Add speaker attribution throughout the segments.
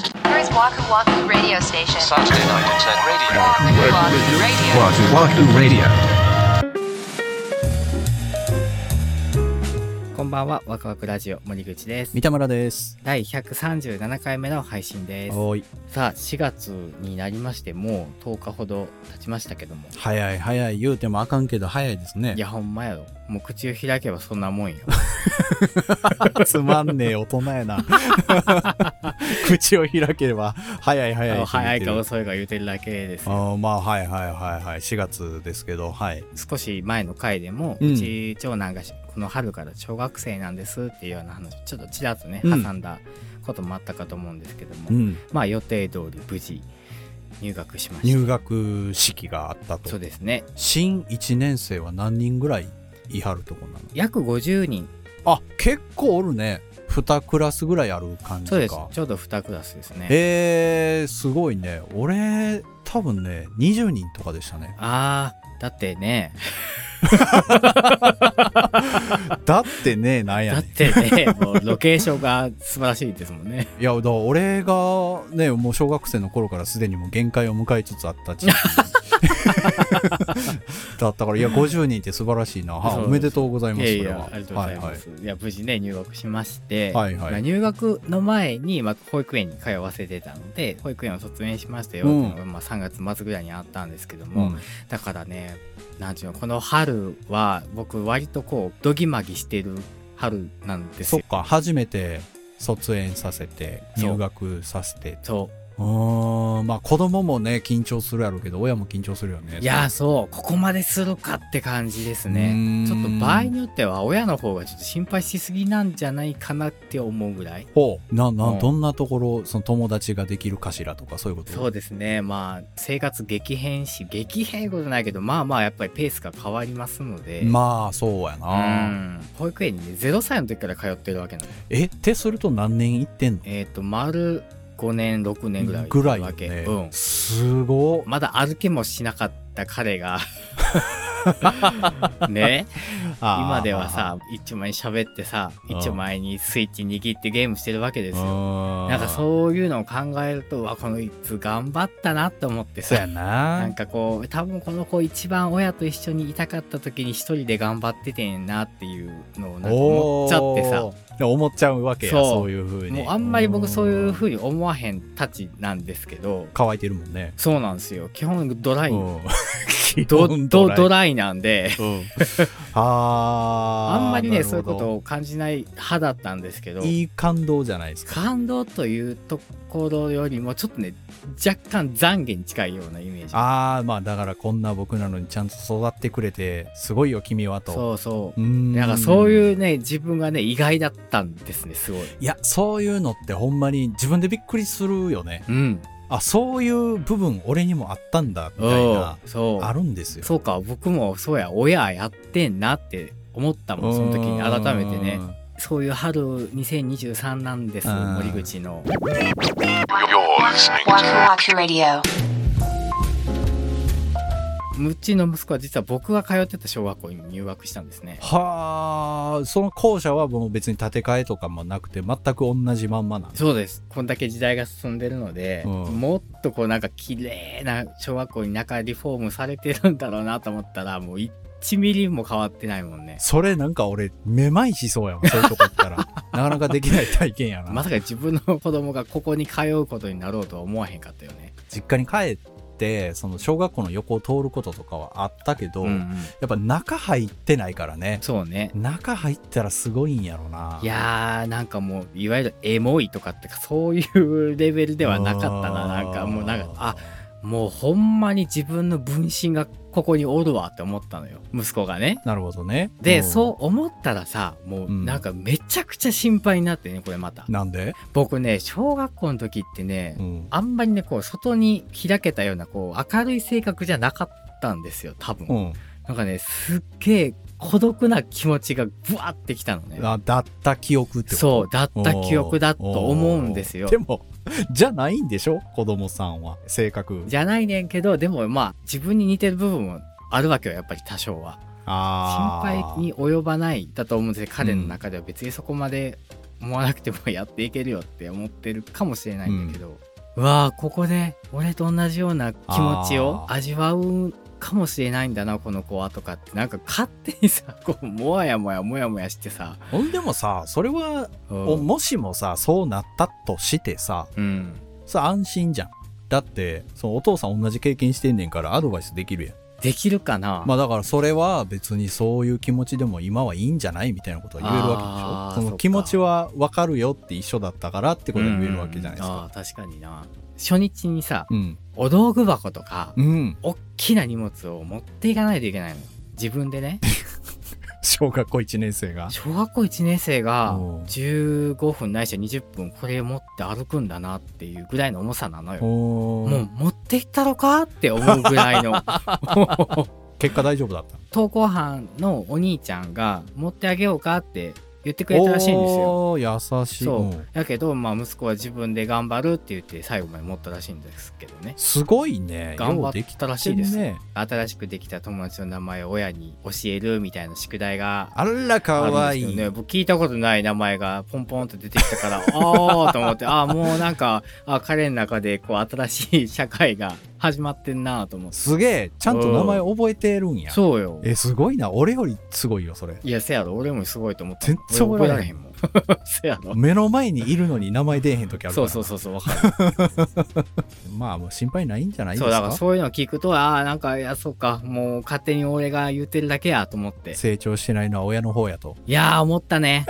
Speaker 1: Waku Waku Radio Station.
Speaker 2: Saturday night at 10 radio.
Speaker 1: Waku Waku Radio.
Speaker 3: Wahoo Wahoo Radio.
Speaker 4: こんばんは、ワクワクラジオ森口です。
Speaker 5: 三田村です。
Speaker 4: 第137回目の配信です。
Speaker 5: おい。
Speaker 4: さあ、4月になりまして、もう10日ほど経ちましたけども。
Speaker 5: 早い早い言うてもあかんけど早いですね
Speaker 4: い。や、ほんまやろ。もう口を開けばそんなもんよ。
Speaker 5: つまんねえ大人 やな。口を開ければ早い早い。
Speaker 4: 早いか
Speaker 5: あ
Speaker 4: 遅いか言うてるだけです。
Speaker 5: ーまあはいはいはいはい。4月ですけど、はい。
Speaker 4: 少し前の回でも、う
Speaker 5: うん
Speaker 4: ち長男がしこの春から小学生なんですっていうような話、ちょっとちらっとね、
Speaker 5: うん
Speaker 4: 挟んだこともあったかと思うんですけども、
Speaker 5: うん。
Speaker 4: まあ予定通り無事入学しました。
Speaker 5: 入学式があった
Speaker 4: そう
Speaker 5: と。
Speaker 4: ですね。
Speaker 5: 新1年生は何人ぐらいいはるとこなの
Speaker 4: 約50人
Speaker 5: あ、結構おるね。2クラスぐらいある感じか。
Speaker 4: そうです。ちょうど2クラスですね。
Speaker 5: えー、すごいね。俺、多分ね、20人とかでしたね。
Speaker 4: あー、だってね、
Speaker 5: だってね、なんや
Speaker 4: だ
Speaker 5: ね
Speaker 4: っ
Speaker 5: ん。
Speaker 4: てね、もうロケーションが素晴らしいですもんね。
Speaker 5: いや、だから俺がね、もう小学生の頃からすでにもう限界を迎えつつあった 時期だったから、いや、50人って素晴らしいな。は
Speaker 4: そう
Speaker 5: おめでとうござ
Speaker 4: い
Speaker 5: います、
Speaker 4: やい
Speaker 5: それ
Speaker 4: や
Speaker 5: は、。
Speaker 4: ありがとうございます。いや、無事ね、入学しまして、
Speaker 5: はいはい
Speaker 4: まあ入学の前に、まあ、保育園に通わせてたので、保育園を卒園しましたよっていうのが、まあ、3月末ぐらいにあったんですけど
Speaker 5: はい
Speaker 4: も、
Speaker 5: はい
Speaker 4: だからね、なんていうの、この春は、僕、割とこう、どぎまぎしてる春なん
Speaker 5: う
Speaker 4: で
Speaker 5: ん、
Speaker 4: す
Speaker 5: そっ
Speaker 4: よ。
Speaker 5: か、初めて卒園させて、
Speaker 4: そう
Speaker 5: 入学させて。
Speaker 4: そう
Speaker 5: うーん、まあ子供もね、緊張するやろうけど、親も緊張するよね。
Speaker 4: いやーそうここまでするかって感じです
Speaker 5: う
Speaker 4: ね
Speaker 5: ーん
Speaker 4: ちょっと場合によっては親の方がちょっと心配しすぎなんじゃないかなって思うぐらい
Speaker 5: ほう。な、
Speaker 4: う
Speaker 5: な、
Speaker 4: ん
Speaker 5: どんなところ、その友達ができるかしらとか、そういうこと
Speaker 4: そうですねまあ生活激変し激変いうことないけどまあまあやっぱりペースが変わりますので
Speaker 5: まあ、そうやな。
Speaker 4: うん保育園にね0歳の時から通ってるわけなの
Speaker 5: え、ってすると何年行ってんの
Speaker 4: えっ、と丸5年6年ぐらい
Speaker 5: ぐらい
Speaker 4: 行っ
Speaker 5: よ
Speaker 4: て
Speaker 5: ね
Speaker 4: るわけ、うん
Speaker 5: すごっ
Speaker 4: まだ歩けもしなかった彼 が ね今ではさ一丁前に喋ってさ
Speaker 5: うん
Speaker 4: 一丁前にスイッチ握ってゲームしてるわけですよな
Speaker 5: な
Speaker 4: んか
Speaker 5: う
Speaker 4: そういうのを考えるとうわこのいつ頑張ったなと思って
Speaker 5: そうや
Speaker 4: さな
Speaker 5: なん
Speaker 4: かこう多分この子一番親と一緒にいたかった時に一人で頑張っててんなっていうのをなんか思っちゃってさ
Speaker 5: おー思っちゃうわけや
Speaker 4: そう
Speaker 5: そういうふうに
Speaker 4: もうあんまり僕そういうふ
Speaker 5: う
Speaker 4: うに思わへんたちなんですけど
Speaker 5: ん乾いてるもんね
Speaker 4: そうなんですよ基本ドライ
Speaker 5: うん基
Speaker 4: ド
Speaker 5: 本
Speaker 4: ドド
Speaker 5: ラ
Speaker 4: ライなんで
Speaker 5: イうんあ ー
Speaker 4: あんまりね
Speaker 5: なるほ
Speaker 4: そういう
Speaker 5: ど
Speaker 4: ことを感じない派だったんですけど
Speaker 5: いい感動じゃないですか
Speaker 4: 感動というところよりもちょっとね若干懺悔に近いようなイメージ
Speaker 5: ああまあだからこんな僕なのにちゃんと育ってくれてすごいよ君はと
Speaker 4: そうそう
Speaker 5: う
Speaker 4: う
Speaker 5: ー
Speaker 4: んなんかそういうね自分がね意外だったんですねすごい
Speaker 5: いやそういうのってほんまに自分でびっくりするよね
Speaker 4: うん
Speaker 5: あそういう部分俺にもあったんだみたい
Speaker 4: お
Speaker 5: な
Speaker 4: うそ
Speaker 5: あ
Speaker 4: う
Speaker 5: るんですよ
Speaker 4: そうか僕もそうや親やってんなって思ったもんその時に改めてねそういう春2023なんです
Speaker 5: うん
Speaker 4: 森口の
Speaker 1: Waku Waku Radio.
Speaker 4: むっちーの息子は実は僕が通ってた小学校に入学したんですね
Speaker 5: はあその校舎はもう別に建て替えとかもなくて全く同じまんまなんだ
Speaker 4: そうですこんだけ時代が進んでるので、
Speaker 5: うん
Speaker 4: もっとこうなんか綺麗な小学校に中リフォームされてるんだろうなと思ったらもう1ミリも変わってないもんね
Speaker 5: それなんか俺めまいしそう やわそういうとこ行ったらなかなかできない体験やな、
Speaker 4: まさか自分の子供がここに通うことになろうとは思わへんかったよね。
Speaker 5: 実家に帰ってその小学校の横を通ることとかはあったけど、
Speaker 4: うんう
Speaker 5: や
Speaker 4: ん
Speaker 5: っぱ中入ってないからね
Speaker 4: そうね。
Speaker 5: 中入ったらすごいんやろない
Speaker 4: やーなんかもういわゆるエモいとかってかそういうレベルではなかったななんかもうなんかあもうほんまに自分の分身がここにおるわって思ったのよ息子がね。
Speaker 5: なるほどね
Speaker 4: で
Speaker 5: ん
Speaker 4: そう思ったらさもうなんかめちゃくちゃ心配になってねこれまた。
Speaker 5: なんで、
Speaker 4: 僕ね小学校の時ってね
Speaker 5: うん
Speaker 4: あんまりねこう外に開けたようなこう明るい性格じゃなかったんですよ多分。
Speaker 5: うん、
Speaker 4: なんかね、すっげえ孤独な気持ちがブワってきたのね。
Speaker 5: あだった記憶ってこと
Speaker 4: そう、だった記憶だと思うんですよ
Speaker 5: で。も、 じゃないんでしょ子供さんは。性格。
Speaker 4: じゃないねんけど、でもまあ、自分に似てる部分もあるわけよ、やっぱり多少は。心
Speaker 5: あー
Speaker 4: 配に及ばないだと思うんですけど、彼の中では別にそこまで思わなくてもやっていけるよって思ってるかもしれないんだけど、うわあここで俺と同じような気持ちを
Speaker 5: あ
Speaker 4: 味わうかもしれないんだなこの子はとかってなんか勝手にさこうもやもやもやもやしてさ、
Speaker 5: ほんでもさ、それは、
Speaker 4: うん
Speaker 5: おもしもさ、そうなったとしてさ、
Speaker 4: うん、
Speaker 5: さ、安心じゃん。だって、そのお父さん同じ経験してんねんからアドバイスできるやん。
Speaker 4: できるかな、
Speaker 5: まあだからそれは別にそういう気持ちでも今はいいんじゃないみたいなことは言えるわ
Speaker 4: あー
Speaker 5: け
Speaker 4: そ
Speaker 5: でしょそ
Speaker 4: っ
Speaker 5: の
Speaker 4: か
Speaker 5: 気持ちはわかるよって一緒だったからってことは言えるわけじゃないです
Speaker 4: うんうん
Speaker 5: か。
Speaker 4: あー確かにな初日にさ
Speaker 5: うん。
Speaker 4: お道具箱とか
Speaker 5: うん。
Speaker 4: おっきな荷物を持っていかないといけないの自分でね
Speaker 5: 小学校1年生が。
Speaker 4: 小学校1年生が
Speaker 5: おう
Speaker 4: 15分ないしは20分これ持って歩くんだなっていうぐらいの重さなのよも
Speaker 5: お
Speaker 4: う
Speaker 5: ー
Speaker 4: 持っていったのかって思うぐらい の
Speaker 5: 結果大丈夫だった。
Speaker 4: 投稿班のお兄ちゃんが持ってあげようかって言ってくれたらしいんですよ
Speaker 5: おー優しい。
Speaker 4: そううんだけどまあ息子は自分で頑張るって言って最後まで持ったらしいんですけどね
Speaker 5: すごいね。
Speaker 4: 頑張
Speaker 5: ようで
Speaker 4: っ
Speaker 5: き
Speaker 4: たらしいです
Speaker 5: てんね。
Speaker 4: 新しくできた友達の名前を親に教えるみたいな宿題が
Speaker 5: あら、か
Speaker 4: あ
Speaker 5: わ
Speaker 4: るん
Speaker 5: い
Speaker 4: です
Speaker 5: い。
Speaker 4: けどね、僕聞いたことない名前がポンポンと出てきた から、ああと思って、ああ、もうなんか、あ彼の中でこう新しい社会が始まってんなと思って。
Speaker 5: すげえ。ちゃんと名前覚えてるんや。
Speaker 4: そうよ。
Speaker 5: え、すごいな。俺よりすごいよ、それ。
Speaker 4: いや、せやろ、俺もすごいと思って。
Speaker 5: 全然覚
Speaker 4: 俺覚
Speaker 5: えら
Speaker 4: えら
Speaker 5: れ
Speaker 4: れ
Speaker 5: へ
Speaker 4: へ
Speaker 5: ん。
Speaker 4: んもん。 せやろ。
Speaker 5: 目の前にいるのに名前出えへん時あるか
Speaker 4: そ
Speaker 5: ら。
Speaker 4: うそうそうそう、わかる。
Speaker 5: まあ、もう心配ないんじゃないです
Speaker 4: そう、だから
Speaker 5: か。
Speaker 4: そういうの聞くと、ああ、なんか、いや、そうか、もう勝手に俺が言ってるだけやと思って。
Speaker 5: 成長してないのは親の方やと。
Speaker 4: いやー、思った ね。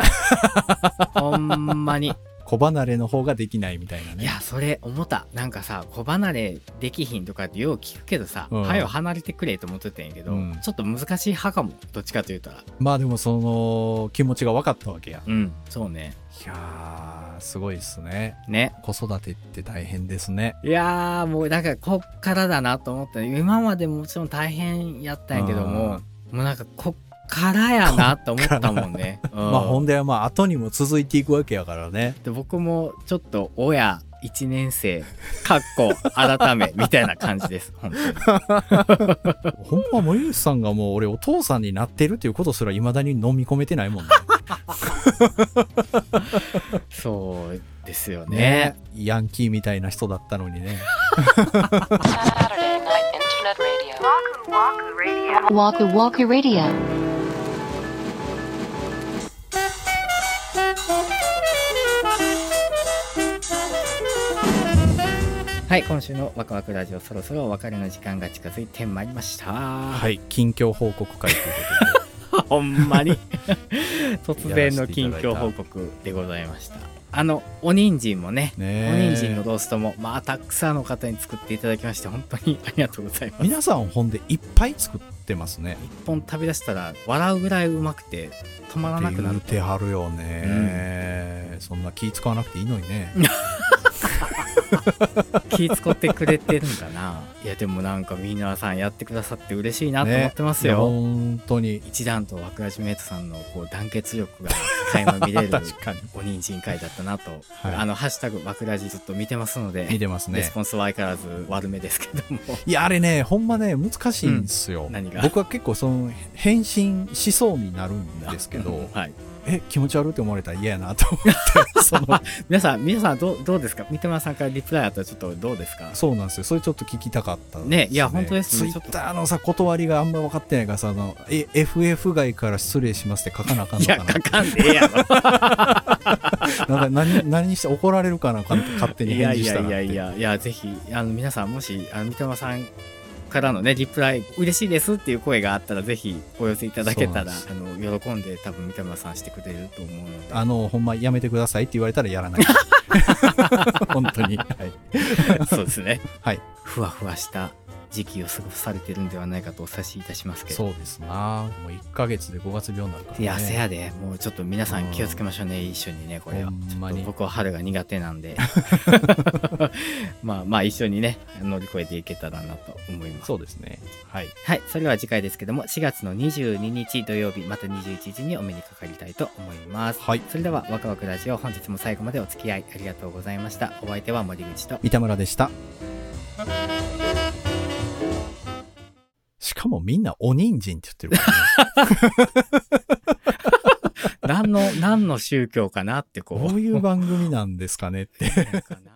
Speaker 4: ほんまに。
Speaker 5: 子離れの方ができないみたいないね。
Speaker 4: やそれ思ったなんかさ子離れできひんとかってよう聞くけどさ
Speaker 5: うん
Speaker 4: 早、う離れてくれと思ってたんやけど、
Speaker 5: うん
Speaker 4: ちょっと難しい派かもどっちかというたら
Speaker 5: まあでもその気持ちが分かったわけや。
Speaker 4: うんそうね
Speaker 5: いやー、すごいですね。
Speaker 4: ね
Speaker 5: 子育てって大変ですね。
Speaker 4: いやーもうだからこっからだなと思った今までもちろん大変やったんやけども、もうなんかこっからやなと思ったもん ね、うん
Speaker 5: まあ本題はまあ後にも続いていくわけやからね。
Speaker 4: で僕もちょっと親1年生かっこ改めみたいな感じです本当に
Speaker 5: ほんま森内さんがもう俺お父さんになってるっていうことすら未だに飲み込めてないもんね。
Speaker 4: そうですよね
Speaker 5: ねヤンキーみたいな人だったのにね。
Speaker 1: Saturday Night Internet Radio. Waku Waku Radio. Waku Waku Radio.
Speaker 4: はい今週のワクワクラジオそろそろお別れの時間が近づいてまいりましたは
Speaker 5: はいい、近況報告会というこ
Speaker 4: ほんま に突然の近況報告でございましたあのお人参もね
Speaker 5: とで。
Speaker 4: お
Speaker 5: ねえ
Speaker 4: 人参のローストもまあたくさんの方に作っていただきまして本当にありがとうございます
Speaker 5: 皆さんほんでいっぱい作ってますね。
Speaker 4: 一本食べ出したら笑うぐらいうまくて止まらなくな
Speaker 5: っ
Speaker 4: る
Speaker 5: て言うてはるよね、そんな気使わなくていいのにね
Speaker 4: 気使ってくれてるんかないやでもなんか皆さんやってくださって嬉しいなと思ってます
Speaker 5: いや
Speaker 4: よ、
Speaker 5: 本当に
Speaker 4: 一段とワクラジメイトさんのこう団結力が垣間見れる
Speaker 5: 確かに
Speaker 4: お人参会だったなと、
Speaker 5: はい
Speaker 4: あの「ハッシュタグワクラジ」ずっと見てますので
Speaker 5: 見てます
Speaker 4: レ
Speaker 5: ね
Speaker 4: スポンスは相変わらず悪めですけども
Speaker 5: いやあれねほんまね難しいんですよ、
Speaker 4: うん何が
Speaker 5: 僕は結構その返信しそうになるんですけ ど
Speaker 4: はい、
Speaker 5: え気持ち悪いって思われたら嫌や なと思ってその
Speaker 4: 皆さん皆さんどうどうですか三笘さんからリプライあったらちょっとどうですか
Speaker 5: そうなんですよそれちょっと聞きたかったん
Speaker 4: ねいや本当です
Speaker 5: ツ
Speaker 4: ね
Speaker 5: イ
Speaker 4: ちょっと
Speaker 5: ッターのさ断りがあんま分かってないからさあのえ FF 外から失礼しますって書かなあかん
Speaker 4: い
Speaker 5: の
Speaker 4: や
Speaker 5: か
Speaker 4: かかんでええやろ
Speaker 5: ななんか何何して怒られるかなか勝手に
Speaker 4: いや
Speaker 5: 返
Speaker 4: い
Speaker 5: 事し
Speaker 4: や
Speaker 5: たら
Speaker 4: いやいやいやぜひあの皆さんもしあの三笘さんからのねリプライ嬉しいですっていう声があったらぜひお寄せいただけたら
Speaker 5: そ
Speaker 4: あの喜んで多分三笘さんしてくれると思うので
Speaker 5: あの、ほんまやめてくださいって言われたらやらない。本当に。はい。
Speaker 4: そうですね。
Speaker 5: はい。
Speaker 4: ふわふわした時期を過ごされてるんではないかとお察しいたしますけど。
Speaker 5: そうですな。もう1ヶ月で5月病になるから、ね。
Speaker 4: いや、せやで、もうちょっと皆さん気をつけましょうね、一緒にね、これは
Speaker 5: ほ。んま
Speaker 4: ちょっ
Speaker 5: に
Speaker 4: と僕は春が苦手なんで。まあまあ一緒にね、乗り越えていけたらなと思います。
Speaker 5: そうですね。はい。
Speaker 4: はい、それでは次回ですけども、4月の22日土曜日、また21時にお目にかかりたいと思います。
Speaker 5: はい。
Speaker 4: それでは、ワクワクラジオ、本日も最後までお付き合いありがとうございました。お相手は森口と、
Speaker 5: 三田村でした。しかもみんなお人参って言ってるからね。
Speaker 4: 何の、何の宗教かなってこう。
Speaker 5: こういう番組なんですかねって。
Speaker 4: なんかな